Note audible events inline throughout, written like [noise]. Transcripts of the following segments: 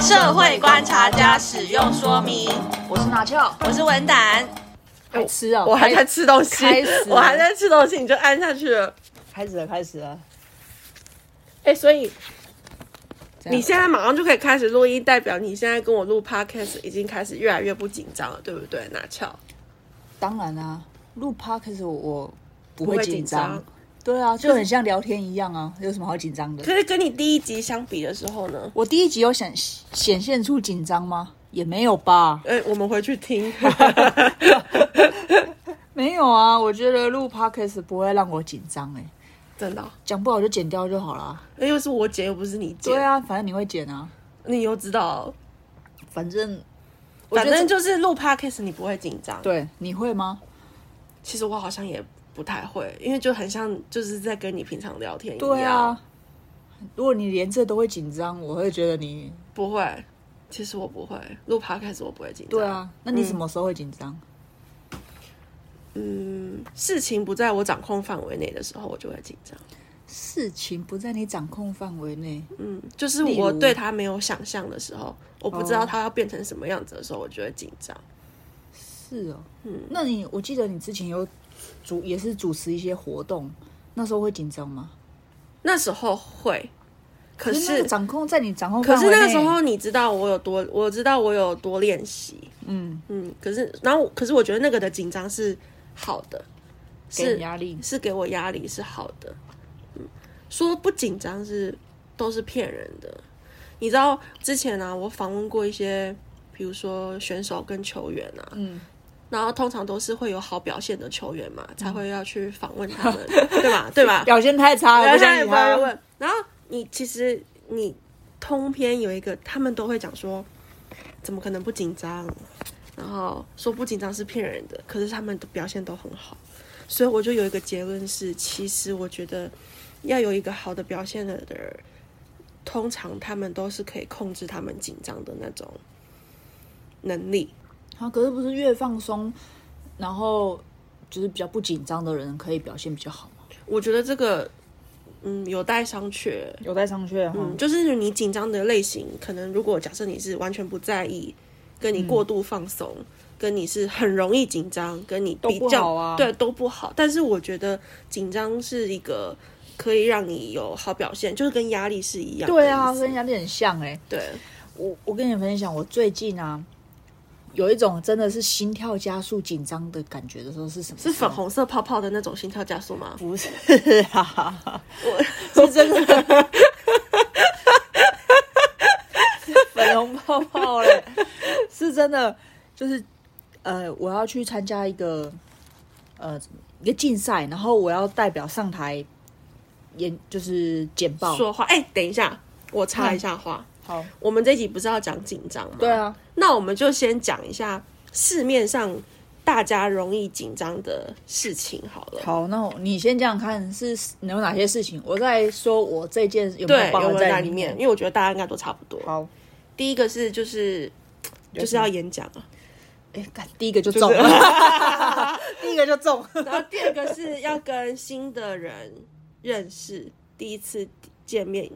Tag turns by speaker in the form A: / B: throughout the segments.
A: 社会观察家使用说明。
B: 我是拿翘，
A: 我是文胆，
B: 开吃啊！
C: 哎我还在吃东西
B: 开始，
C: 我还在吃东西，你就按下去了。
B: 开始了，开始了。
C: 哎、所以
B: 这样
C: 你现在马上就可以开始录音，代表你现在跟我录 podcast 已经开始越来越不紧张了，对不对？拿翘，
B: 当然啊，录 podcast 我我不
C: 不
B: 会
C: 会
B: 紧
C: 紧
B: 张
C: 张。
B: 对啊，就很像聊天一样啊，有什么好紧张的？
C: 可是跟你第一集相比的时候呢？
B: 我第一集有显显现出紧张吗？也没有吧，
C: 哎、我们回去
B: [laughs]
C: 听。
B: 没有啊。我觉得录 podcast 不会让我紧张哎，
C: 真的哦、
B: 讲不好就剪掉就好啦。
C: 那又是我剪，又不是你剪。
B: 对，啊，反正你会剪啊，
C: 你又知道，哦
B: 反正我觉
C: 反
B: 得这
C: 正就是录 podcast 你不会紧张。，
B: 对，你会吗？
C: 其实我好像也不太会，因为就很像就是在跟你平常聊天一样。
B: 对啊，，如果你连这都会紧张，我会觉得你
C: 不会。其实我不会录 podcast，我不会紧张。
B: 对，啊。那你什么时候会紧张？
C: 嗯，事情不在我掌控范围内的时候，我就会紧张。
B: 事情不在你掌控范围内，
C: 嗯，就是
B: 例如
C: 我对他没有想象的时候，我不知道他要变成什么样子的时候，我就会紧张。
B: 是哦。嗯，那你我记得你之前有主也是主持一些活动，那时候会紧张吗？
C: 那时候会，可
B: 可那
C: 是
B: 个掌控在你掌控
C: 可
B: 范围
C: 是
B: 内，
C: 那个时候你知道我有多，我知道我有多练习。
B: 嗯，
C: 嗯，可是然后可是我觉得那个的紧张是好的，
B: 给
C: 是
B: 你压啊力，
C: 是给我压力是好的。嗯，说不紧张是都是骗人的。你知道之前啊，我访问过一些，比如说选手跟球员啊，
B: 嗯，
C: 然后通常都是会有好表现的球员嘛，才会要去访问他们，对吧？对吧？
B: 表现太差了，
C: 然后现在
B: 不
C: 也不会
B: 想理他
C: 问。然后你其实你通篇有一个，他们都会讲说，怎么可能不紧张？然后说不紧张是骗人的，可是他们的表现都很好，所以我就有一个结论是，其实我觉得要有一个好的表现的人，通常他们都是可以控制他们紧张的那种能力。
B: 啊，可是不是越放松，然后就是比较不紧张的人可以表现比较好吗？
C: 我觉得这个，嗯，有待商榷。
B: 有待商榷哈。
C: 嗯，就是你紧张的类型，可能如果假设你是完全不在意，跟你过度放松，跟你是很容易紧张，跟你比
B: 都不
C: 较
B: 好啊
C: 对都不好。但是我觉得紧张是一个可以让你有好表现，就是跟压力是一样的
B: 对啊，
C: 意思
B: 跟压力很像哎、
C: 对，
B: 我我跟你分享，我最近啊，有一种真的是心跳加速、紧张的感觉的时候是什么？啊
C: 是粉。红色泡泡的那种心跳加速吗？
B: 不是啊，我是真的呃粉红泡泡嘞，是真的，就是呃，我要去参加一个呃一个竞赛，然后我要代表上台演，就是简报。
C: 说话，哎、等一下，我插一下话。
B: 好，
C: 我们这集不是要讲紧张吗？
B: 对啊，
C: 那我们就先讲一下市面上大家容易紧张的事情好了。
B: 好，那我你先这样看是有哪些事情，我再说我这件有没
C: 对，
B: 有包
C: 有
B: 含
C: 文
B: 在
C: 在里面，因。为我觉得大家应该都差不多。
B: 好，
C: 第一个是就是就是要演讲啊，
B: 哎、干第一个就中了， [laughs] 第一个就中。
C: [laughs] 然后第二个是要跟新的人认识，第一次见面，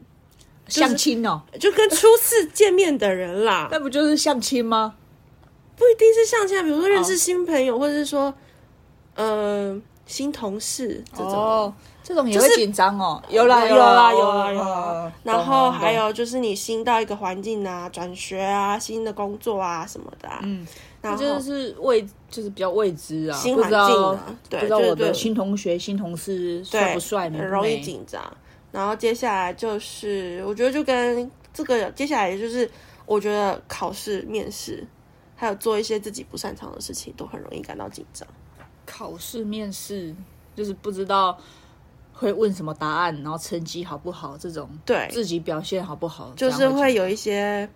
B: 相亲哦，
C: 就跟初次见面的人啦，
B: 那不就是相亲吗？
C: 不一定是相亲啊，比如说认识新朋友，或者是说呃新同事这种。
B: 哦，这种也
C: 就
B: 会
C: 是
B: 紧张哦。有啦，
C: 有啦，
B: 哦
C: 有啦，有
B: 哦
C: 啦。
B: 懂
C: 然
B: 了
C: 后还
B: 懂了
C: 有就是你新到一个环境啊，转学啊，新的工作啊什么的啊，
B: 嗯，
C: 然后
B: 就是未，就是比较未知啊，
C: 新
B: 不
C: 环
B: 知
C: 境
B: 道
C: 啊，
B: 不
C: 对
B: 知道我
C: 对
B: 的
C: 对
B: 新同学、新同事
C: 对，
B: 帅不帅，美不
C: 很容易
B: 美。
C: 紧张。然后接下来就是，我觉得就跟这个接下来也就是，我觉得考试、面试，还有做一些自己不擅长的事情，都很容易感到紧张。
B: 考试、面试，就是不知道会问什么答案，然后成绩好不好，这种
C: 对，
B: 自己表现好不好，
C: 就是会有一些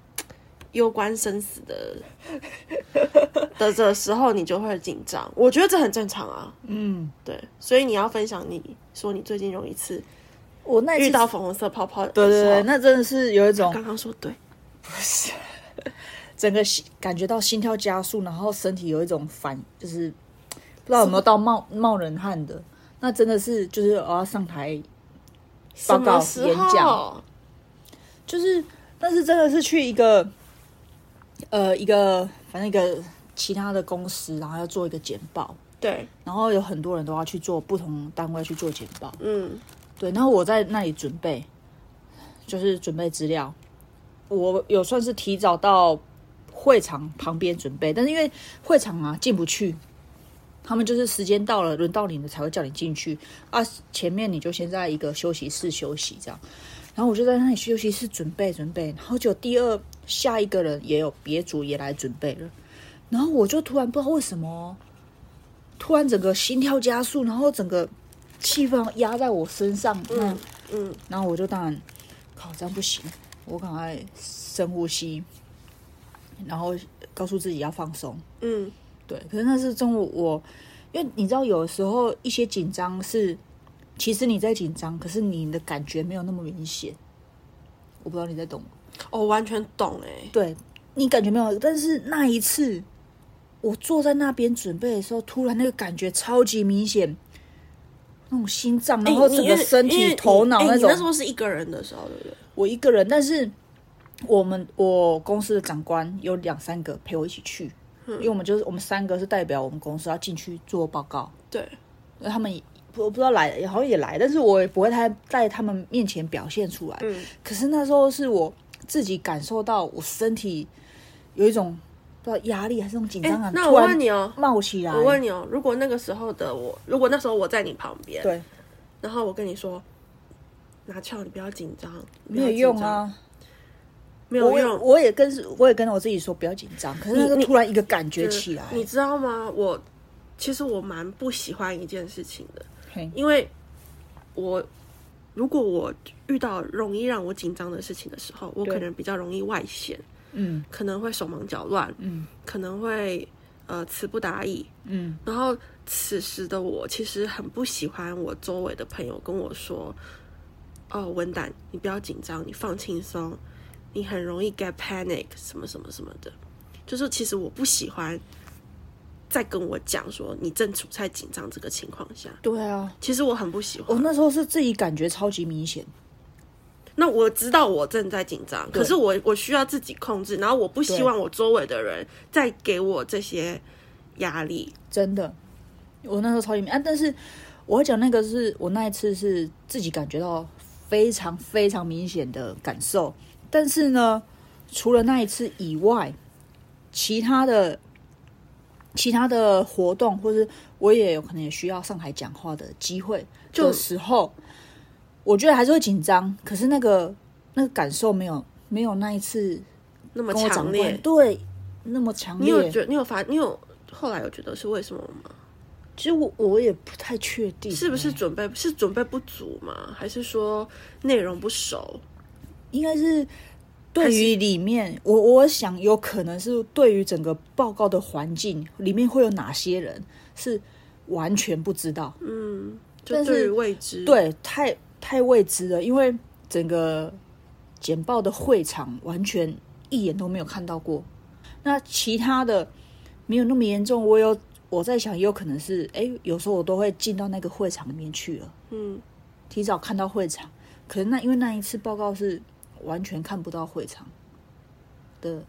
C: 攸关生死的的的时候，你就会紧张。我觉得这很正常啊。
B: 嗯，
C: 对，所以你要分享你说你最近有一次
B: 我那一次
C: 遇到粉红色泡泡的时
B: 对
C: 候，
B: 哎对对，那真的是有一种
C: 刚刚说对，
B: 整个心感觉到心跳加速，然后身体有一种反，就是不知道有没有到冒冒冷汗的。那真的是就是我要上台，报
C: 什
B: 告
C: 么时
B: 演讲
C: 候？
B: 就是但是真的是去一个呃一个反正一个其他的公司，然后要做一个简报，
C: 对，
B: 然后有很多人都要去做不同单位去做简报，
C: 嗯，
B: 对，然后我在那里准备，就是准备资料，我有算是提早到会场旁边准备，但是因为会场啊进不去，他们就是时间到了，轮到你了才会叫你进去啊，前面你就先在一个休息室休息这样，然后我就在那里休息室准备准备，然后就第二下一个人也有别组也来准备了，然后我就突然不知道为什么哦。突然整个心跳加速，然后整个气氛压在我身上，嗯
C: 嗯，
B: 然后我就当然，靠，这样不行，我赶快深呼吸，然后告诉自己要放松，
C: 嗯，
B: 对。可是那是中午我，因为你知道，有的时候一些紧张是，其实你在紧张，可是你的感觉没有那么明显，我不知道你在懂吗？
C: 哦，完全懂哎、
B: 对你感觉没有，但是那一次我坐在那边准备的时候，突然那个感觉超级明显，那种心脏，然后
C: 哎你
B: 整
C: 因
B: 个
C: 为
B: 身
C: 因为
B: 体、
C: 你
B: 头脑
C: 哎
B: 那
C: 你
B: 种。
C: 那时候是一个人的时候，对不对？
B: 我一个人，但是我们我公司的长官有两三个陪我一起去，
C: 嗯
B: 因为我们就是我们三个是代表我们公司要进去做报告，
C: 对，
B: 那他们也我不知道来，好像也来，但是我也不会太在他们面前表现出来。
C: 嗯
B: 可是那时候是我自己感受到我身体有一种不知道压力还是那种紧张
C: 哎
B: 感，
C: 那
B: 突
C: 我
B: 然
C: 问你哦
B: 冒起来。
C: 我问你哦，如果那个时候的我，如果那时候我在你旁边，
B: 对，
C: 然后我跟你说，拿翘，你不要紧张，
B: 没有用，啊！
C: 没有
B: 我也
C: 用，
B: 我也跟我也跟我自己说不要紧张，可是那个
C: 你
B: 突然一个感觉
C: 就是
B: 起来，
C: 你知道吗？我其实我蛮不喜欢一件事情的，
B: 嘿
C: 因为我如果我遇到容易让我紧张的事情的时候，我
B: 对
C: 可能比较容易外显，
B: 嗯
C: 可能会手忙脚乱，
B: 嗯
C: 可能会呃词不达意。
B: 嗯
C: 然后此时的我其实很不喜欢我周围的朋友跟我说：“哦，文胆，你不要紧张，你放轻松，你很容易 get panic 什么什么什么的。”就是其实我不喜欢再跟我讲说你正处在紧张这个情况下，
B: 对啊，
C: 其实我很不喜欢。
B: 哦我那时候是自己感觉超级明显，
C: 那我知道我正在紧张，
B: 对
C: 可是我我需要自己控制，然后我不希
B: 对
C: 望我周围的人再给我这些压力。
B: 真的，我那时候超级明啊。但是我要讲那个是我那一次是自己感觉到非常非常明显的感受，但是呢，除了那一次以外，其他的其他的活动，或是我也有可能也需要上台讲话的机会
C: 就
B: 的时候，我觉得还是会紧张，可是那个那个感受没有没有那一次
C: 那么
B: 跟我长
C: 强烈
B: 官，对那么强
C: 你
B: 烈，
C: 有觉你有发你有后来有觉得是为什么吗？
B: 其实我我也不太确定
C: 是不是准备是准备不足吗？还是说内容不熟？
B: 应该是对于里面，我我想有可能是对于整个报告的环境里面会有哪些人是完全不知道，
C: 嗯，就
B: 但是
C: 对于未知，，
B: 对，太太未知了，因为整个简报的会场完全一眼都没有看到过。那其他的没有那么严重，我有我在想，也有可能是，哎、有时候我都会进到那个会场里面去了。
C: 嗯，
B: 提早看到会场，可是那因为那一次报告是完全看不到会场的，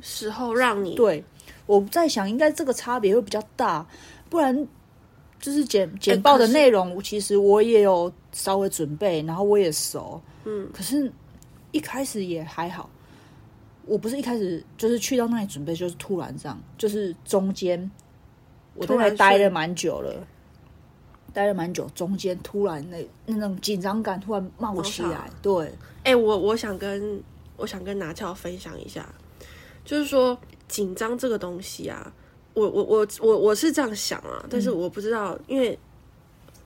C: 时候让你
B: 对，我在想应该这个差别会比较大，不然就是简
C: 哎
B: 简报的内容，其实我也有稍微准备，然后我也熟，
C: 嗯，
B: 可是一开始也还好，我不是一开始就是去到那里准备，就是突然这样，就是中间我在
C: 突
B: 那
C: 然
B: 里待
C: 睡
B: 了蛮久了。待了蛮久，中间突然那那种紧张感突然冒起
C: 冒上
B: 来
C: 来，
B: 对，
C: 哎、我我想跟我想跟拿翘分享一下，就是说紧张这个东西啊，我我我我我是这样想啊，但
B: 嗯
C: 是我不知道，因为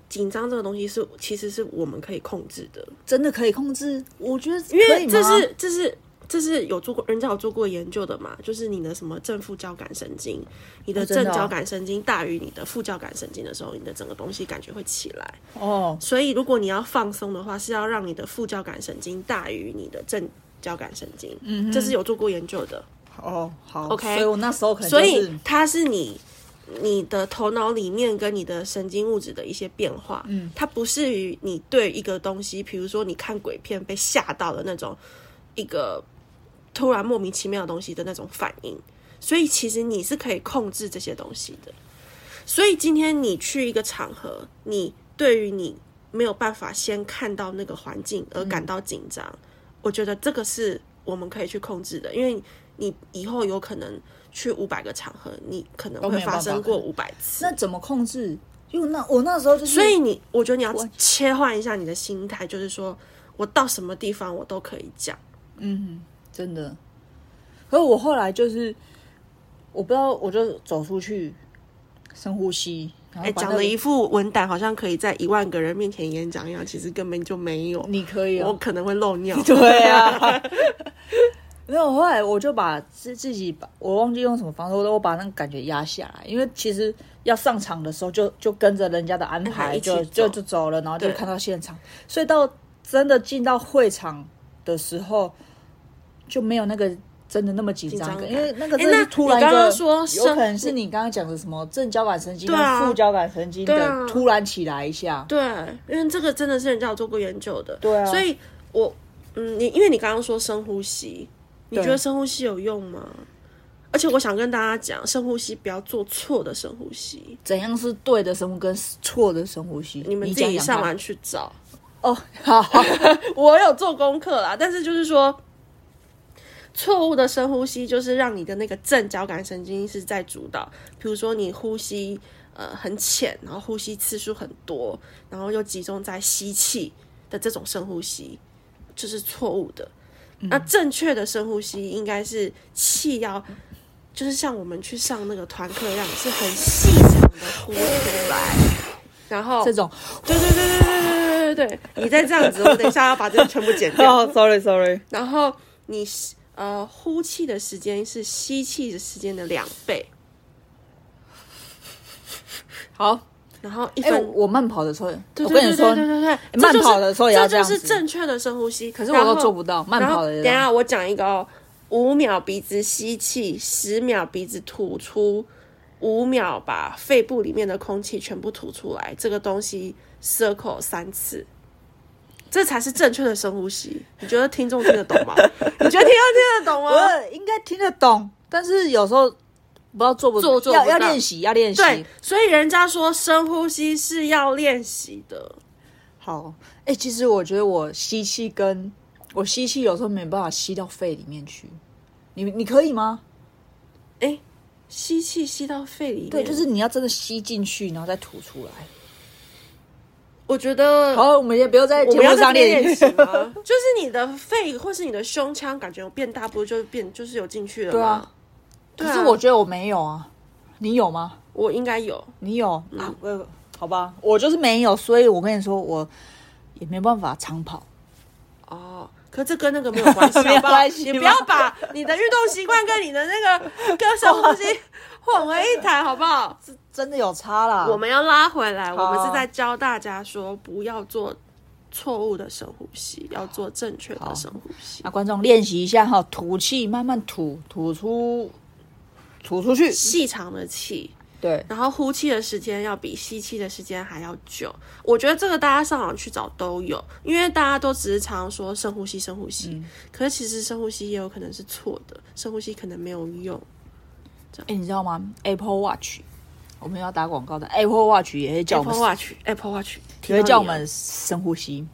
C: 紧张这个东西是其实是我们可以控制的，
B: 真的可以控制。我觉得
C: 因
B: 可
C: 为
B: 以吗
C: 这是这是这是有做过人家有做过研究的嘛，就是你的什么正副交感神经，你的
B: 哦真
C: 正
B: 的哦
C: 交感神经大于你的副交感神经的时候，你的整个东西感觉会起来。
B: 哦，
C: 所以如果你要放松的话，是要让你的副交感神经大于你的正交感神经，嗯，这是有做过研究的。
B: 哦，好
C: OK
B: 所以我那时候可能、就
C: 所
B: 是、
C: 以它是你你的头脑里面跟你的神经物质的一些变化，嗯，它不是于你对一个东西，比如说你看鬼片被吓到的那种一个突然莫名其妙的东西的那种反应。所以其实你是可以控制这些东西的。所以今天你去一个场合，你对于你没有办法先看到那个环境而感到紧张，我觉得这个是我们可以去控制的，因为你以后有可能去五百个场合，你可能
B: 都
C: 会
B: 没有
C: 发
B: 办法
C: 生过五百次。
B: 那怎么控制？因为那我那时候就是，
C: 所以你，我觉得你要
B: 我
C: 切换一下你的心态，就是说我到什么地方我都可以讲。
B: 嗯真的。可是我后来就是，我不知道，我就走出去深呼吸，然
C: 哎、
B: 后把那
C: 讲
B: 个
C: 的一副文胆好像可以在一万个人面前演讲一样，其实根本就没有。
B: 你可以、
C: 我
B: 哦，
C: 可能会漏 [laughs] 尿。
B: [laughs] 对啊。没有，后来我就把自自己把我忘记用什么方式，我把那个感觉压下来，因为其实要上场的时候就就跟着人家的安
C: 安排
B: 排
C: 一起
B: 就
C: 走
B: 就就走了，然后就
C: 对
B: 看到现场，所以到真的进到会场的时候就没有那个真的那么紧张
C: 紧张
B: 感，
C: 感
B: 因为那个
C: 诶
B: 真的
C: 那
B: 是突然
C: 你
B: 一个
C: 刚刚说
B: 有可能
C: 生
B: 是你刚刚讲的什么正交感神经
C: 对啊
B: 跟副交感神经
C: 对
B: 的
C: 啊
B: 突然起来一下，
C: 对，啊因为这个真的是人家有做过研究的。
B: 对啊
C: 所以我嗯，你因为你刚刚说深呼吸，你
B: 对
C: 觉得深呼吸有用吗？而且我想跟大家讲，深呼吸不要做错的深呼吸，
B: 怎样是对的深呼吸跟错的深呼吸？
C: 你们自
B: 讲
C: 己
B: 讲
C: 上
B: 看
C: 网去找。
B: 哦，好，
C: [laughs] 我有做功课啦，但是就是说，错误的深呼吸就是让你的那个正交感神经是在主导。比如说你呼吸呃很浅，然后呼吸次数很多，然后又集中在吸气的这种深呼吸，就是错误的。
B: 嗯
C: 那正确的深呼吸应该是气要，就是像我们去上那个团课一样，是很细长的呼出来，然后
B: 这种
C: 对对对对对对对对对对，你再这样子，我等一下要把这个全部剪
B: [laughs]
C: 掉。
B: 哦，sorry sorry，
C: 然后你吸呃呼气的时间是吸气的时间的两倍，
B: 好，
C: 然后一
B: 哎、
C: 分。
B: 我慢跑的时候，
C: 对
B: 我
C: 对
B: 跟
C: 对
B: 你说哎
C: 对，对对对，这
B: 慢
C: 就是
B: 跑的时候也要这
C: 这
B: 样
C: 就
B: 子
C: 是正确的深呼吸。可
B: 可是我都做不到，慢跑的
C: 等
B: 也
C: 一
B: 要
C: 下我讲一个哦，五秒鼻子吸气，十秒鼻子吐出，五秒把肺部里面的空气全部吐出来，这个东西 circle 三次。这才是正确的深呼吸，你觉得听众听得懂
B: [laughs]
C: 吗？你觉得听众听得懂吗？
B: 我应该听得懂，但是有时候不知道做不
C: 做做
B: 要
C: 不到
B: 要练习，要练习。
C: 对，所以人家说深呼吸是要练习的。
B: 好，哎、其实我觉得我吸气跟我吸气有时候没办法吸到肺里面去，你你可以吗？
C: 哎，吸气吸到肺里面，
B: 对，就是你要真的吸进去，然后再吐出来。
C: 我觉得
B: 好，我们也不要在
C: 我
B: 节
C: 们要
B: 目
C: 在
B: 上
C: 这边练
B: 练
C: 习吗？ [laughs] 就是你的肺或是你的胸腔感觉有变大，不就变就是有进去了吗？
B: 对啊，
C: 对
B: 可
C: 啊
B: 是我觉得我没有啊，你有吗？
C: 我应该有。
B: 你有
C: 嗯
B: 啊？呃，好吧，我就是没有，所以我跟你说，我也没办法长跑。
C: 哦，可这跟那个没有关
B: [laughs]
C: 系，
B: 没有
C: 好不好
B: 关系哦
C: 你不
B: 吗
C: 要把你的运动习惯跟你的那个跟深呼
B: [laughs]
C: 吸混为一谈，好不好？
B: 真的有差啦。
C: 我们要拉回来，我们
B: 好
C: 是在教大家说不要做错误的深呼吸，要做正确的深呼吸
B: 那。啊观众练习一下哈，吐气，慢慢吐，吐出，吐出去。
C: 细长的气，
B: 对，
C: 然后呼气的时间要比吸气的时间还要久。我觉得这个大家上网去找都有，因为大家都只是常说深呼吸、深呼吸，
B: 嗯
C: 可是其实深呼吸也有可能是错的，深呼吸可能没有用。嗯
B: 哎、你知道吗？Apple Watch，我们要打广告的 Apple Watch 也会叫我
C: Apple
B: 们，
C: Watch，Apple Watch，听到
B: 也会
C: 你啊
B: 叫我
C: 了
B: 们深呼吸。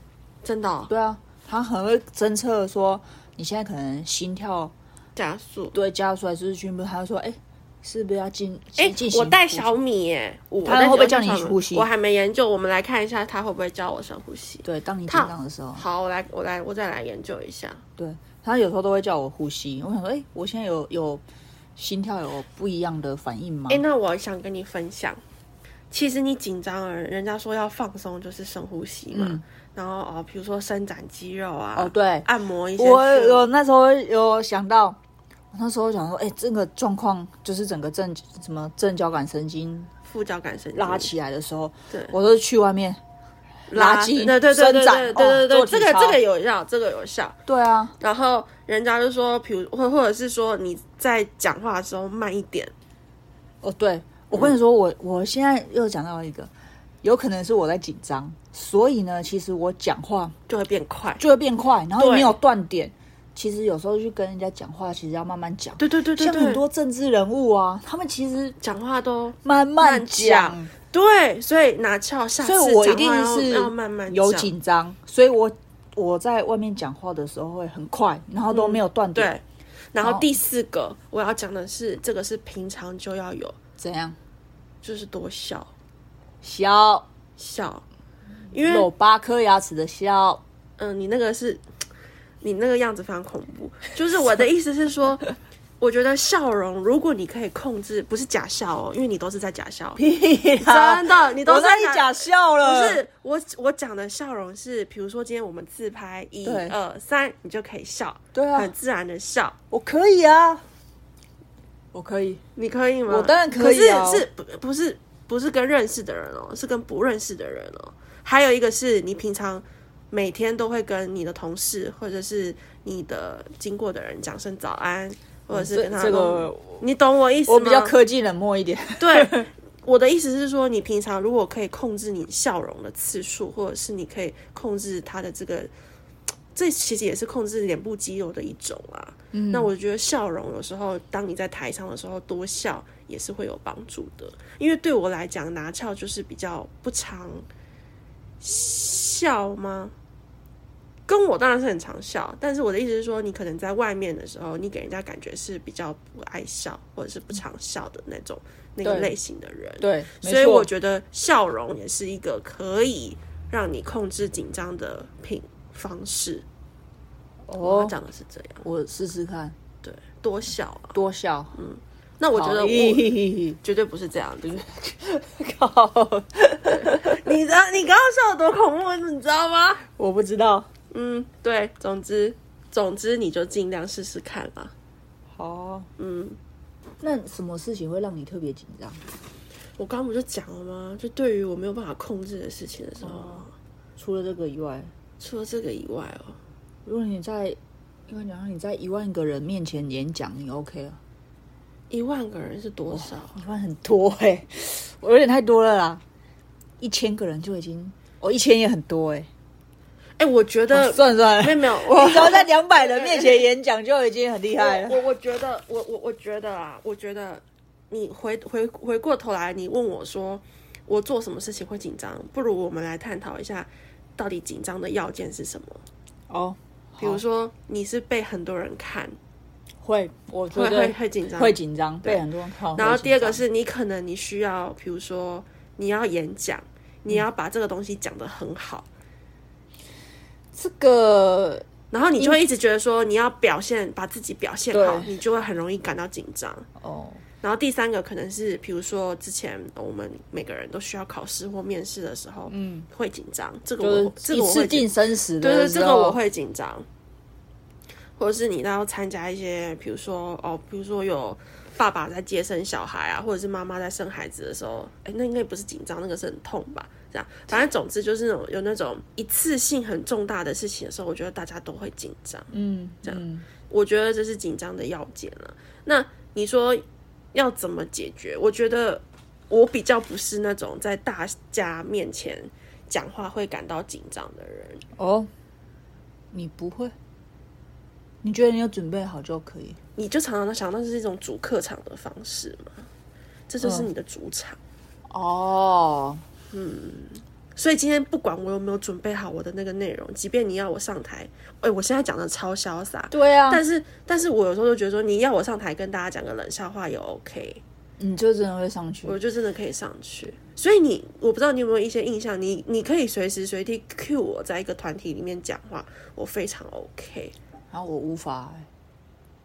C: 真的、哦、
B: 对啊，它很会侦测说你现在可能心跳
C: 加速。
B: 对加速还是心不，它就说哎、是不是要进
C: 哎
B: 进进，行
C: 我带
B: 呼吸
C: 小米耶，我
B: 它
C: 带
B: 会不会
C: 小
B: 叫
C: 米
B: 你
C: 上门
B: 呼吸
C: 我还没研究，我们来看一下它会不会教我深呼吸。
B: 对，当你紧
C: 它
B: 张的时候，
C: 好，我来，我来，我再来研究一下。
B: 对，他有时候都会叫我呼吸。我想说，哎、我现在有有心跳有不一样的反应吗？
C: 哎、那我想跟你分享，其实你紧张了，人家说要放松，就是深呼吸嘛。
B: 嗯
C: 然后哦，比如说伸展肌肉啊，
B: 哦，，对，
C: 按摩一些。
B: 我有那时候有想到，我那时候想说，哎、这个状况就是整个正什么正交感神经
C: 副交感神经
B: 拉，起来的时候，
C: 对
B: 我都去外面拉筋、
C: 对对对对
B: 伸展
C: 对，对对
B: 哦
C: 对，
B: 做
C: 这
B: 体
C: 个
B: 操
C: 这个有效，这个有效。
B: 对啊，
C: 然后人家就说，比如或或者是说你在讲话的时候慢一点，
B: 哦，对，我跟你说，我我现在又讲到一个，有可能是我在紧张，所以呢，其实我讲话
C: 就会变快。
B: 就会变快，然后又
C: 对
B: 没有断点。其实有时候去跟人家讲话，其实要慢慢讲。
C: 对对对对
B: 像
C: 对，
B: 很多政治人物啊，他们其实
C: 讲话都
B: 慢慢讲，
C: 对，所以拿翘下次
B: 所
C: 讲话
B: 以
C: 要，
B: 我一定是
C: 要慢慢
B: 有
C: 讲
B: 紧张，所以我我在外面讲话的时候会很快，然后都没有断点。
C: 对。然
B: 好
C: 后第四个我要讲的是，这个是平常就要有，
B: 怎样？
C: 就是多笑
B: 笑，
C: 笑，因为
B: 有八颗牙齿的笑， [laughs]
C: 嗯、你那个是，你那个样子非常恐怖。就是我的意思是说，
B: [laughs]
C: 我觉得笑容，如果你可以控制，不是假笑哦，因为你都是在假笑，
B: 屁啦！
C: 真的，你都
B: 我
C: 是
B: 那
C: 在
B: 里假笑了，
C: 不是我我讲的笑容是，比如说今天我们自拍一
B: 对
C: 二三，你就可以笑，
B: 对啊
C: 很自然的笑，
B: 我可以啊，我可以，
C: 你可以吗？
B: 我当然可以啊
C: 是是不不是不是跟认识的人哦，是跟不认识的人哦。还有一个是你平常每天都会跟你的同事或者是你的经过的人讲声早安，或者是
B: 哦这
C: 跟他
B: 这
C: 弄
B: 个
C: 你懂我意思吗？
B: 我比较科技冷漠一点。 [laughs]
C: 对，我的意思是说，你平常如果可以控制你笑容的次数，或者是你可以控制他的这个，这其实也是控制脸部肌肉的一种啊。嗯、那我觉得笑容有时候，当你在台上的时候多笑也是会有帮助的，因为对我来讲，拿翘就是比较不常笑吗？跟我当然是很常笑，但是我的意思是说，你可能在外面的时候，你给人家感觉是比较不爱笑或者是不常笑的那种那个
B: 对
C: 类型的人。
B: 对，没
C: 所以
B: 错
C: 我觉得笑容也是一个可以让你控制紧张的品方式。我要
B: 哦，
C: 讲的是这样，
B: 我试试看，
C: 对，多笑啊。
B: 多笑。
C: 那我觉得
B: 好
C: 我
B: 咦
C: 绝对不是这样，对不对？
B: 靠，
C: 你知道你刚刚笑得多恐怖，你知道吗？
B: 我不知道。
C: 嗯，对，总之总之你就尽量试试看啦。
B: 好，
C: 嗯，
B: 那什么事情会让你特别紧张？
C: 我刚刚不就讲了吗？就对于我没有办法控制的事情的时候，
B: 哦除了这个以外，
C: 除了这个以外哦，
B: 如果你在，因为然后你在一万个人面前演讲，你 OK 啊？
C: 一万个人是多少？
B: 一万很多哎、我有点太多了啦。一千个人就已经，哦，一千也很多哎、
C: 哎、我觉得、
B: 哦算了算
C: 没
B: 了，
C: 有没有，
B: [laughs]
C: 我
B: 你只要在两百人面前演讲就已经很厉害了。
C: 我我觉得，我我我觉得啊，我觉得你回回回过头来，你问我说我做什么事情会紧张，不如我们来探讨一下，到底紧张的要件是什么？
B: 哦，
C: 比如说你是被很多人看，
B: 会，我觉
C: 会会
B: 得
C: 会紧张，
B: 会。紧张，被很多人看。
C: 然后
B: 会紧张
C: 第二个，是你可能你需要，比如说你要演讲，
B: 嗯
C: 你要把这个东西讲得很好，
B: 这个
C: 然后你就会一直觉得说你要表现，把自己表现好，
B: 对
C: 你就会很容易感到紧张。
B: 哦，
C: 然后第三个可能是，比如说之前呃我们每个人都需要考试或面试的时候，嗯，会紧张。这个
B: 就
C: 我
B: 是
C: 这
B: 一
C: 个我
B: 次
C: 会紧
B: 定生死
C: 对
B: 的
C: 对，
B: 时
C: 这
B: 候，
C: 个我会紧张。或者是你要参加一些，比如说哦，比如说有爸爸在接生小孩啊，或者是妈妈在生孩子的时候，哎，那应该不是紧张，那个是很痛吧？这样，反正总之就是那种有那种一次性很重大的事情的时候，我觉得大家都会紧张。
B: 嗯，
C: 这
B: 这
C: 样
B: 样。
C: 我觉得这是紧张的要件了、那你说要怎么解决？我觉得我比较不是那种在大家面前讲话会感到紧张的人。
B: 哦，你不会？你觉得你有准备好就可以？
C: 你就常常地想，那是一种主客场的方式嘛，这就是你的主场。
B: 哦，
C: 所以今天不管我有没有准备好我的那个内容，即便你要我上台，哎、我现在讲的超潇洒，
B: 对啊，
C: 但是但是我有时候就觉得说，你要我上台跟大家讲个冷笑话也 OK，
B: 你就真的会上去。
C: 我就真的可以上去。所以你，我不知道你有没有一些印象，你你可以随时随地 cue 我在一个团体里面讲话，我非常 OK。
B: 然后我无法、欸，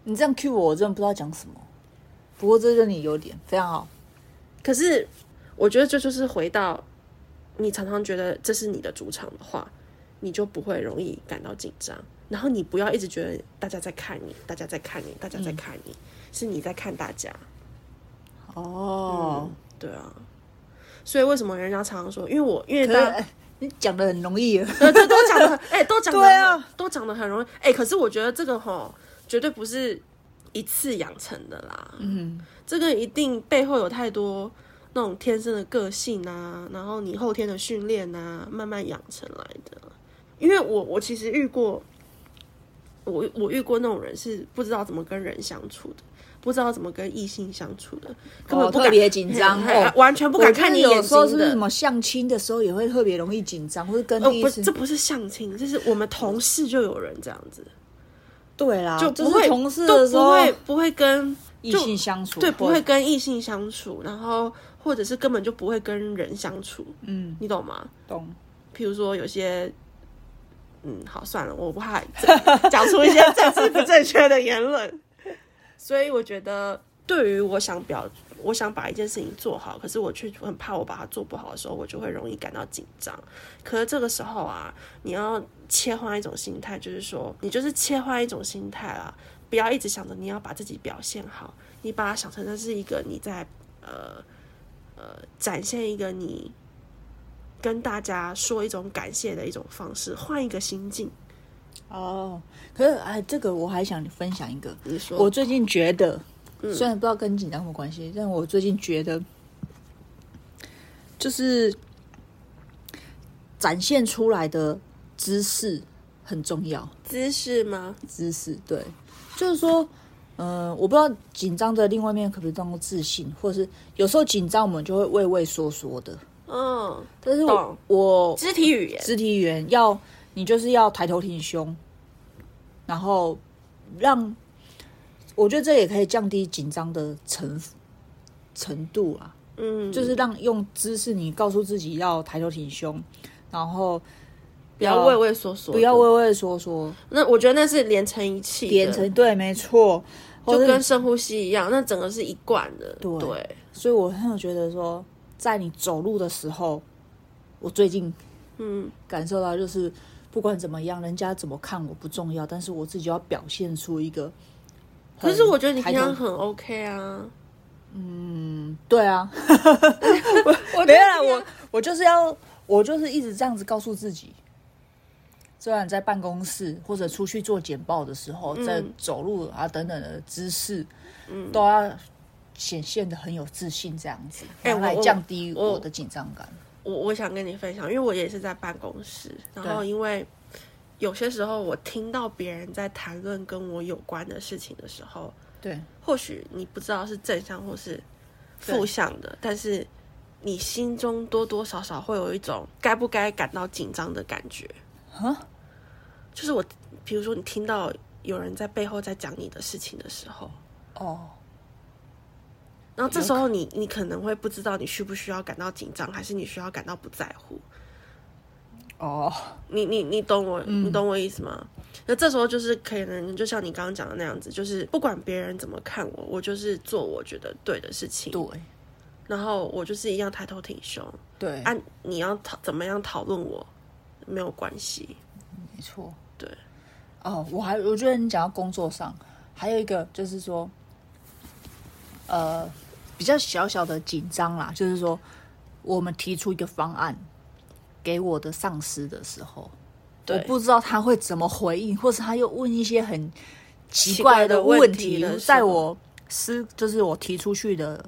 B: 你这样 cue 我，我真的不知道讲什么。不过这就是你优点，非常好。
C: 可是我觉得这就是回到你常常觉得这是你的主场的话，你就不会容易感到紧张。然后你不要一直觉得大家在看你，大家在看你，大家在看你，是你在看大家。
B: 哦，
C: 对啊，所以为什么人家常常说，因为我因为
B: 可是
C: 大
B: 哎 [laughs] 你讲的很容易啊了。
C: 对，这都讲
B: [laughs]
C: 的，哎、都讲的，
B: 对啊，
C: 都讲的很容易，哎、可是我觉得这个吼，绝对不是一次养成的啦，
B: 嗯，
C: 这个一定背后有太多那种天生的个性啊，然后你后天的训练啊，慢慢养成来的。因为我我其实遇过我我遇过那种人是不知道怎么跟人相处的，不知道怎么跟异性相处的，根本
B: 哦
C: 不
B: 特
C: 敢
B: 别
C: [laughs]
B: 紧张
C: 嘿嘿
B: 哦
C: 完全不敢看你
B: 有
C: 眼
B: 时候是
C: 睛
B: 不是
C: 的
B: 什。么相亲的时候也会特别容易紧张，或者跟
C: 呃，
B: 第一
C: 不
B: 次
C: 是，这不是相亲，这是我们同事就有人这样子，
B: 对啦，
C: 就不会
B: 啊是同事
C: 都
B: 的时
C: 不
B: 候
C: 会不会跟
B: 异
C: 就
B: 性相处，
C: 对不会跟异性相处，然后或者是根本就不会跟人相处，
B: 嗯
C: 你懂吗？
B: 懂。
C: 譬如说有些，嗯，好算了，我不怕讲讲出一些政 [laughs] 治不正确的言论，所以我觉得对于我想表，我想把一件事情做好，可是我却很怕我把它做不好的时候，我就会容易感到紧张。可是这个时候啊，你要切换一种心态，就是说，你就是切换一种心态啦，不要一直想着你要把自己表现好，你把它想成那是一个你在呃呃展现一个你跟大家说一种感谢的一种方式，换一个心境。
B: 哦，可是哎，这个我还想分享一个，
C: 你说
B: 我最近觉得，
C: 嗯
B: 虽然不知道跟紧张有没有关系，但我最近觉得，就是展现出来的姿势很重要。
C: 姿势吗？
B: 姿势，对，就是说，呃，我不知道紧张的另外一面可不可以当做自信，或者是有时候紧张我们就会畏畏缩缩的，
C: 嗯，
B: 但是我
C: 懂
B: 我
C: 肢体语言。
B: 肢体语言要你就是要抬头挺胸，然后让我觉得这也可以降低紧张的程程度啊，
C: 嗯，
B: 就是让用姿势你告诉自己要抬头挺胸，然后
C: 不要畏畏缩缩，
B: 不要畏。畏缩缩，
C: 那我觉得那是连成一气的，
B: 连成对，没错，
C: 就
B: 或是
C: 跟深呼吸一样，那整个是一贯的。
B: 对
C: 对，
B: 所以我很有觉得说，在你走路的时候，我最近
C: 嗯，
B: 感受到就是，不管怎么样，人家怎么看我不重要，但是我自己要表现出一个很。
C: 可是我觉得你
B: 抬
C: 平
B: 头
C: 常很 OK 啊。[laughs]
B: 对啊，
C: 我
B: 没有啦，我我就是要，我就是一直这样子告诉自己。虽然在办公室或者出去做简报的时候，在走路啊等等的姿势，
C: 嗯
B: 都要显现的很有自信，这样子，
C: 哎
B: 然后来
C: 我我
B: 降低
C: 我
B: 我的紧张感。
C: 我我想跟你分享，因为我也是在办公室，然后因为有些时候我听到别人在谈论跟我有关的事情的时候，
B: 对，
C: 或许你不知道是正向或是负向的，但是你心中多多少少会有一种该不该感到紧张的感觉。
B: 啊，
C: 就是我，比如说你听到有人在背后在讲你的事情的时候，
B: 哦，
C: 然后这时候你你可能会不知道你需不需要感到紧张，还是你需要感到不在乎。
B: 哦，
C: 你你你懂我，你
B: 嗯
C: 懂我意思吗？那这时候就是可以能，就像你刚刚讲的那样子，就是不管别人怎么看我，我就是做我觉得对的事情，
B: 对
C: 然后我就是一样抬头挺胸。
B: 对，
C: 啊，你要讨怎么样讨论我，没有关系。
B: 没错，
C: 对。
B: 哦，我还我觉得你讲到工作上，还有一个就是说，呃，比较小小的紧张啦，就是说我们提出一个方案给我的上司的时候，我
C: 对
B: 不知道他会怎么回应，或是他又问一些很奇
C: 奇怪
B: 怪
C: 的
B: 的
C: 问
B: 问
C: 题
B: 题
C: 的，时
B: 在
C: 候
B: 我思就是我提出去的，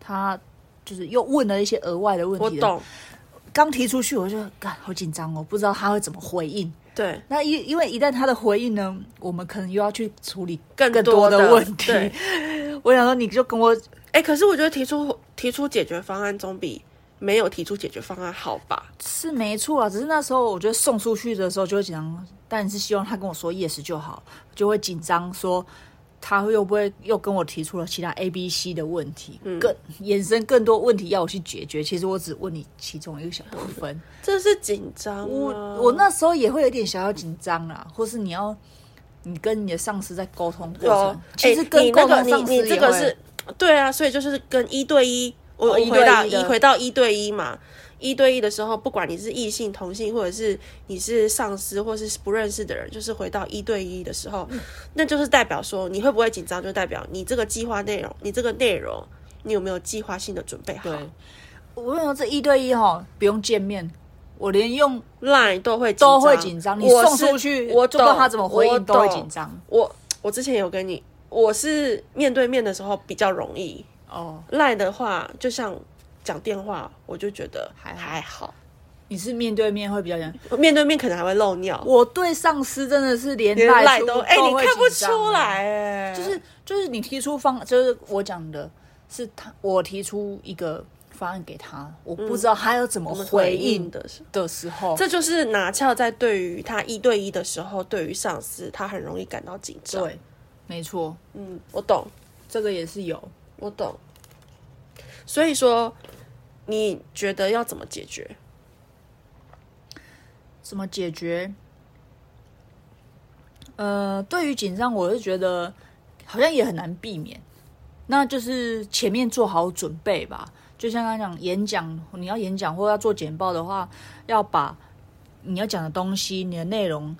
B: 他就是又问了一些额外的问
C: 我
B: 题的
C: 懂，
B: 刚提出去，我就感好紧张哦，不知道他会怎么回应。
C: 对，
B: 那因因为一旦他的回应呢，我们可能又要去处理
C: 更
B: 更
C: 多
B: 的
C: 的
B: 问题
C: 对。
B: 我想说，你就跟我
C: 哎、可是我觉得提出提出解决方案总比没有提出解决方案好吧？
B: 是没错啊，只是那时候我觉得送出去的时候就会紧张，但是希望他跟我说 yes 就好，就会紧张说他会不会又跟我提出了其他 A、B、C 的问题，
C: 嗯
B: 更衍生更多问题要我去解决。其实我只问你其中一个小部分。
C: 这是紧张、啊。
B: 我我那时候也会有点小小紧张啦，或是你要你跟你的上司在沟通过
C: 有
B: 程，，其实
C: 哎
B: 跟
C: 你
B: 沟
C: 那
B: 通
C: 个
B: 上司、
C: 你你这个是，对啊，所以就是跟一对一，我、
B: 哦
C: 我
B: 一
C: 回到
B: 对一的
C: 回到一对一嘛。一对一的时候，不管你是异性、同性，或者是你是上司，或是不认识的人，就是回到一对一的时
B: 嗯
C: 候，那就是代表说你会不会紧张，就代表你这个计划内容，你这个内容，你有没有计划性的准备好
B: 对，我跟你说，这一对一哈，不用见面，我连用
C: ？Line 都会
B: 都会紧张。你
C: 我
B: 送
C: 是
B: 出去，
C: 我
B: 就不知道
C: 懂
B: 他怎么回
C: 我
B: 应，都会
C: 懂
B: 紧张。
C: 我我之前有跟你，我是面对面的时候比较容易，
B: 哦，
C: 赖的话，就像讲电话，我就觉得
B: 还好
C: 还好，
B: 你是面对面会比较紧张。
C: 面对面可能还会漏尿，
B: 我对上司真的是连
C: 连
B: 赖
C: 赖
B: 都
C: 都哎、你
B: 会
C: 看不
B: 紧张啊
C: 出来哎、
B: 就是就是你提出方，就是我讲的是他，我提出一个方案给他，我不
C: 嗯
B: 知道他要怎么
C: 们
B: 回
C: 应
B: 应
C: 的时候。
B: 的时候，
C: 这就是拿翘在对于他一对一的时候，对于上司他很容易感到紧张。，
B: 对，没错，
C: 嗯，我懂，
B: 这个也是有。
C: 我懂。所以说，你觉得要怎么解决？
B: 怎么解决？呃，对于紧张，我是觉得好像也很难避免，那就是前面做好准备吧。就像刚刚讲演讲，你要演讲或要做简报的话，要把你要讲的东西、你的内容，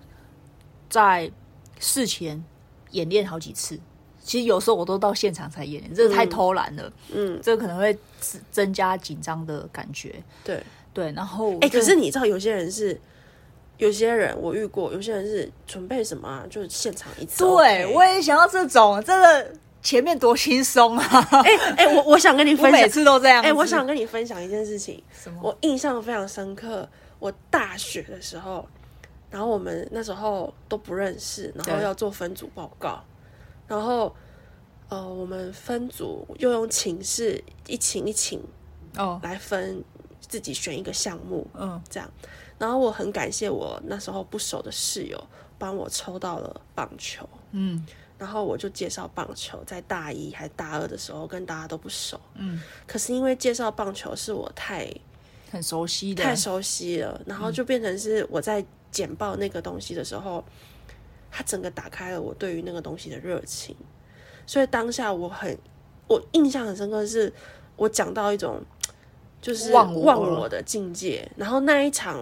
B: 在事前演练好几次。其实有时候我都到现场才演练，这个太偷懒了，
C: 嗯，
B: 这个可能会增增加紧张的感觉。
C: 对，
B: 对，然后
C: 哎、
B: 就
C: 可是你知道，有些人是，有些人我遇过，有些人是准备什么啊，就是现场一次 OK。
B: 对，我也想要这种，真的前面多轻松啊！
C: 哎哎、我我想跟你
B: [laughs] 我
C: 分
B: 每
C: 享，
B: 次都这样
C: 哎、
B: 子。
C: 我想跟你分享一件事情，
B: 什么？
C: 我印象非常深刻。我大学的时候，然后我们那时候都不认识，然后
B: 对
C: 要做分组报告，然后呃，我们分组又用寝室一寝一寝
B: 哦，
C: 来分，自己选一个项目
B: 嗯，
C: 这样。然后我很感谢我那时候不熟的室友帮我抽到了棒球，
B: 嗯，
C: 然后我就介绍棒球，在大一还大二的时候跟大家都不熟，
B: 嗯，
C: 可是因为介绍棒球是我太
B: 很熟悉的，
C: 太熟悉了，然
B: 嗯
C: 后就变成是我在简报那个东西的时候，它整个打开了我对于那个东西的热情，所以当下我很我印象很深刻的是，我讲到一种就是
B: 忘我
C: 忘我的境界，然后那一场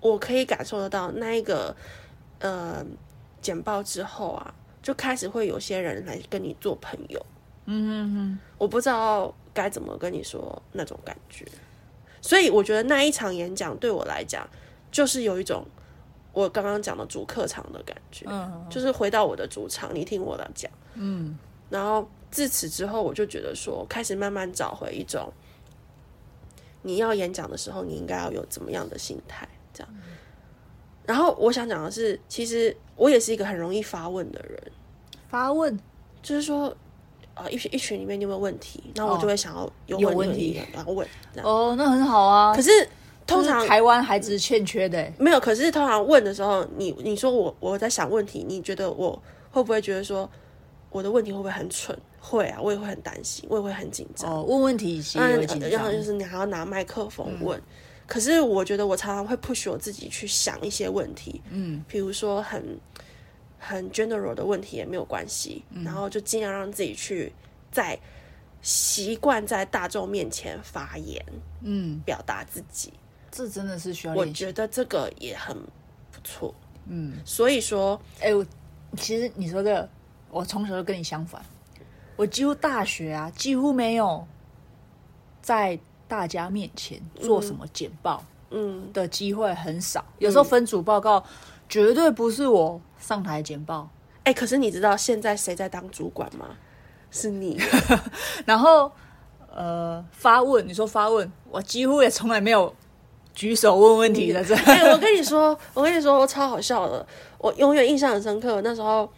C: 我可以感受得到那一个呃简报之后啊，就开始会有些人来跟你做朋友，
B: 嗯嗯
C: 我不知道该怎么跟你说那种感觉。所以我觉得那一场演讲对我来讲，就是有一种我刚刚讲的主客场的感觉，
B: 嗯
C: 就是回到我的主场，你听我的讲，
B: 嗯
C: 然后自此之后，我就觉得说，开始慢慢找回一种你要演讲的时候，你应该要有怎么样的心态，这样。然后我想讲的是，其实我也是一个很容易发问的人，
B: 嗯，发问，
C: 就是说，呃，一群一群里面你有没有问题，然后我
B: 哦
C: 就会想要有
B: 有
C: 问
B: 问
C: 题
B: 题
C: 然后问这样。
B: 哦，那很好啊。
C: 可
B: 是
C: 是通常
B: 台湾孩子欠缺的，
C: 没有，可是通常问的时候，你你说我我在想问题，你觉得我会不会觉得说我的问题会不会很蠢？会啊，我也会很担心，我也会很紧张。
B: 哦，问问题其实
C: 那
B: 有紧
C: 然
B: 张嗯
C: 后，就是你嗯还要拿麦克风问。可是我觉得我常常会 push 我自己去想一些问题，
B: 嗯，
C: 比如说很很 general 的问题也没有关系，然后就尽量让自己去在习惯在大众面前发言，
B: 嗯，
C: 表达自己。
B: 这真的是需要
C: 我
B: 练习。
C: 觉得这个也很不错，
B: 嗯，
C: 所以说
B: 哎、我其实你说这个，我从小就跟你相反，我几乎大学啊，几乎没有在大家面前做什么简报。
C: 嗯，
B: 的机会很少，有时候分组报告绝对不是我上台简报，
C: 哎、可是你知道现在谁在当主管吗？是你，
B: 然后呃发问，你说发问，我几乎也从来没有举手问问题的
C: [laughs]
B: 这，
C: 哎、我跟你说，我跟你说，我超好笑的，我永远印象很深刻。那时候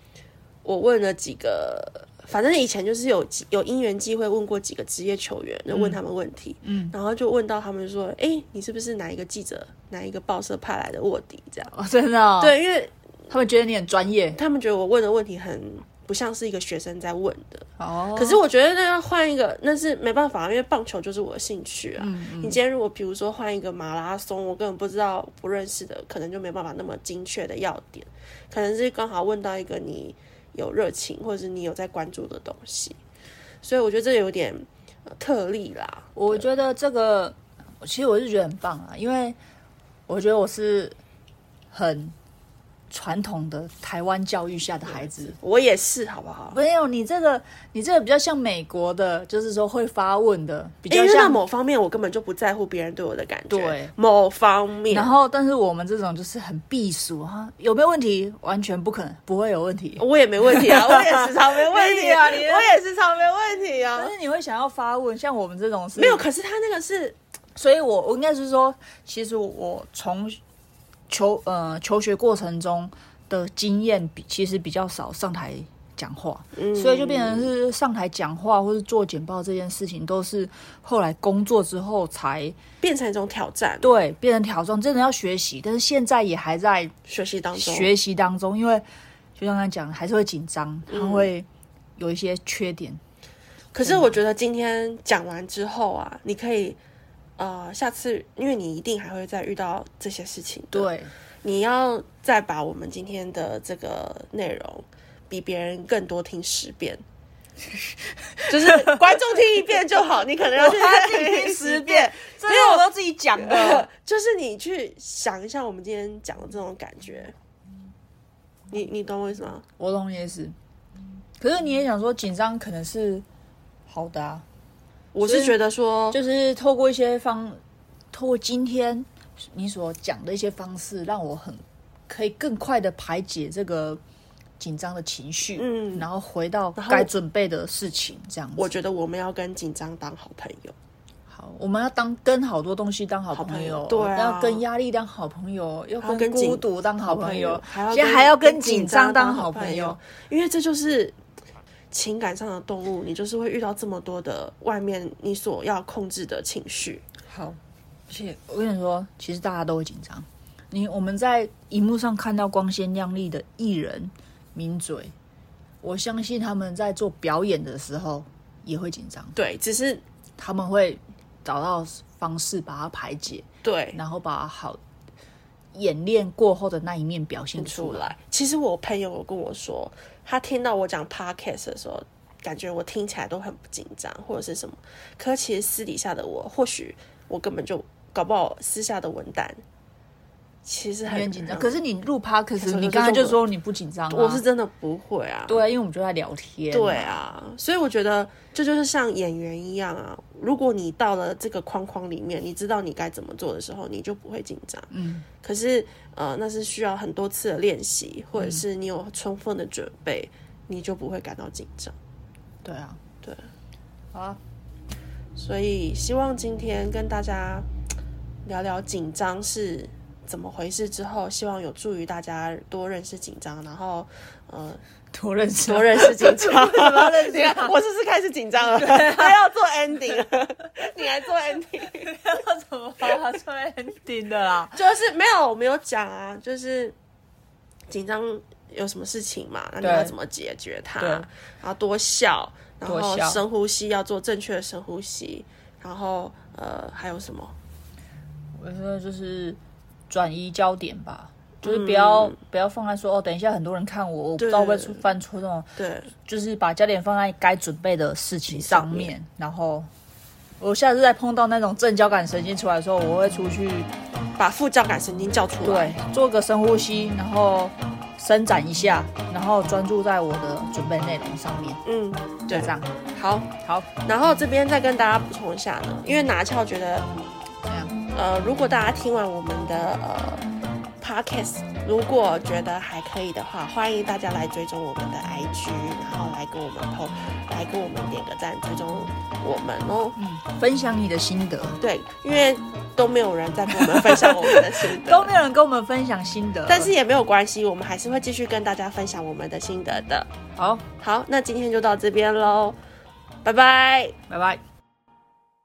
C: 我问了几个，反正以前就是有几有因缘机会问过几个职业球员，就问他们问题，嗯，然后就问到他们说，哎、你是不是哪一个记者，哪一个报社派来的卧底这样？
B: [laughs] 哦真的、哦，，
C: 对，因为
B: 他们觉得你很专业
C: 他们觉得我问的问题很不像是一个学生在问的，
B: 哦，
C: 可是我觉得那要换一个，那是没办法，因为棒球就是我的兴趣啊。
B: 嗯
C: 你今天如果比如说换一个马拉松，我根本不知道不认识的，可能就没办法那么精确的要点，可能是刚好问到一个你有热情或者是你有在关注的东西，所以我觉得这有点、呃特例啦。
B: 我觉得这个其实我是觉得很棒啊，因为我觉得我是很传统的台湾教育下的孩子，
C: 我也是，好不好？
B: 没有你这个你这个比较像美国的，就是说会发问的，比
C: 因
B: 较
C: 为在
B: 像
C: 某方面，我根本就不在乎别人对我的感觉。
B: 对，
C: 某方面，
B: 然后，但是我们这种就是很避暑啊，有没有问题？完全不可能，不会有问题。
C: 我也没问题啊，我也时常没问题啊，
B: 没问题啊你
C: 我也时常没问题啊
B: 但。是你会想要发问，像我们这种是
C: 没有，可是他那个是
B: 所以我我应该是说，其实我从求呃求学过程中的经验比其实比较少上台讲话，
C: 嗯
B: 所以就变成是上台讲话或是做简报这件事情，都是后来工作之后才
C: 变成一种挑战，
B: 对变成挑战，真的要学习，但是现在也还在
C: 学习当中，
B: 学习当中，因为就像他讲的，还是会紧张，他会有一些缺点。
C: 可
B: 嗯
C: 是我觉得今天讲完之后啊，你可以呃，下次因为你一定还会再遇到这些事情，，
B: 对，
C: 你要再把我们今天的这个内容比别人更多听十
B: [laughs]
C: 遍。就是观众听一遍就好，你可能要去
B: 听十遍，这些 [laughs] 我都自己讲的。
C: [laughs] 就是你去想一下我们今天讲的这种感觉，你你懂我意思吗？
B: [laughs] 我懂你意思，可是你也想说紧张可能是好的啊，
C: 我是觉得说，
B: 就是透过一些方，透过今天你所讲的一些方式，让我很可以更快的排解这个紧张的情绪，
C: 嗯
B: 然后回到
C: 然后
B: 该准备的事情，这样子。
C: 我觉得我们要跟紧张当好朋友。
B: 好，我们要当跟好多东西当好
C: 好
B: 朋
C: 朋
B: 友
C: 友，对啊
B: 要跟压力当好朋友，要
C: 要
B: 跟
C: 跟紧
B: 孤独当好朋友，
C: 还要
B: 现在
C: 跟
B: 还要跟
C: 跟
B: 紧
C: 紧
B: 张
C: 张
B: 当
C: 当
B: 好
C: 好
B: 朋
C: 朋
B: 友
C: 友。因为这就是情感上的动物，你就是会遇到这么多的外面你所要控制的情绪。
B: 好，而且我跟你说，其实大家都会紧张。你我们在荧幕上看到光鲜亮丽的艺人、名嘴，我相信他们在做表演的时候也会紧张，
C: 对，只是
B: 他们会找到方式把它排解，
C: 对
B: 然后把好演练过后的那一面表现出
C: 出
B: 来。
C: 来。其实我朋友有跟我说，他听到我讲 podcast 的时候，感觉我听起来都很不紧张或者是什么。可其实私底下的我，或许我根本就搞不好私下的文档其实
B: 有点
C: 很
B: 紧张，可是你录 podcast，
C: 是
B: 你刚才就
C: 我
B: 说你不紧张、啊，
C: 我是真的不会啊。
B: 对啊，因为我们就在聊天，
C: 对，啊，所以我觉得这就是像演员一样啊。如果你到了这个框框里面，你知道你该怎么做的时候，你就不会紧张。
B: 嗯，
C: 可是呃，那是需要很多次的练习，或者是你有充分的准备，你就不会感到紧张。
B: 对啊，
C: 对，
B: 好啊，
C: 所以希望今天跟大家聊聊紧张是怎么回事，之后希望有助于大家多认识紧张，然后呃
B: 多认识，
C: 多认识紧 [laughs] 张，
B: [laughs] 么要认识啊
C: 你看我是不是开始紧张了？还要做 ending，了 [laughs] 你还做 ending，
B: 要怎么把它做 ending 的啊啦？
C: 就是没有，我没有讲啊，就是紧张有什么事情嘛，那你
B: 对
C: 要怎么解决它？
B: 对
C: 然后多笑，然
B: 多
C: 后
B: 笑
C: 深呼吸，要做正确的深呼吸，然后呃还有什么？
B: [laughs] 我说就是转移焦点吧，就是不要、不要放在说哦，等一下很多人看我，我不知道会不会出犯错那种，
C: 对，
B: 就是把焦点放在该准备的事情上面，
C: 上
B: 然后。我下次再碰到那种正交感神经出来的时候，我会出去
C: 把副交感神经叫出来
B: 对。做个深呼吸，然后伸展一下，然后专注在我的准备内容上面，
C: 嗯，
B: 就
C: 对
B: 这，样。
C: 好。
B: 好，
C: 然后这边再跟大家补充一下呢，因为拿翘觉得
B: 这样
C: 呃，如果大家听完我们的呃 podcast，如果觉得还可以的话，欢迎大家来追踪我们的 IG，然后来跟我们 po，来跟我们点个赞，追踪我们哦。
B: 嗯分享你的心得。
C: 对，因为都没有人在跟我们分享我们的心得，
B: [laughs] 都没有人跟我们分享心得，
C: 但是也没有关系，我们还是会继续跟大家分享我们的心得的。
B: 好，
C: 好，那今天就到这边喽，拜拜。
B: 拜拜。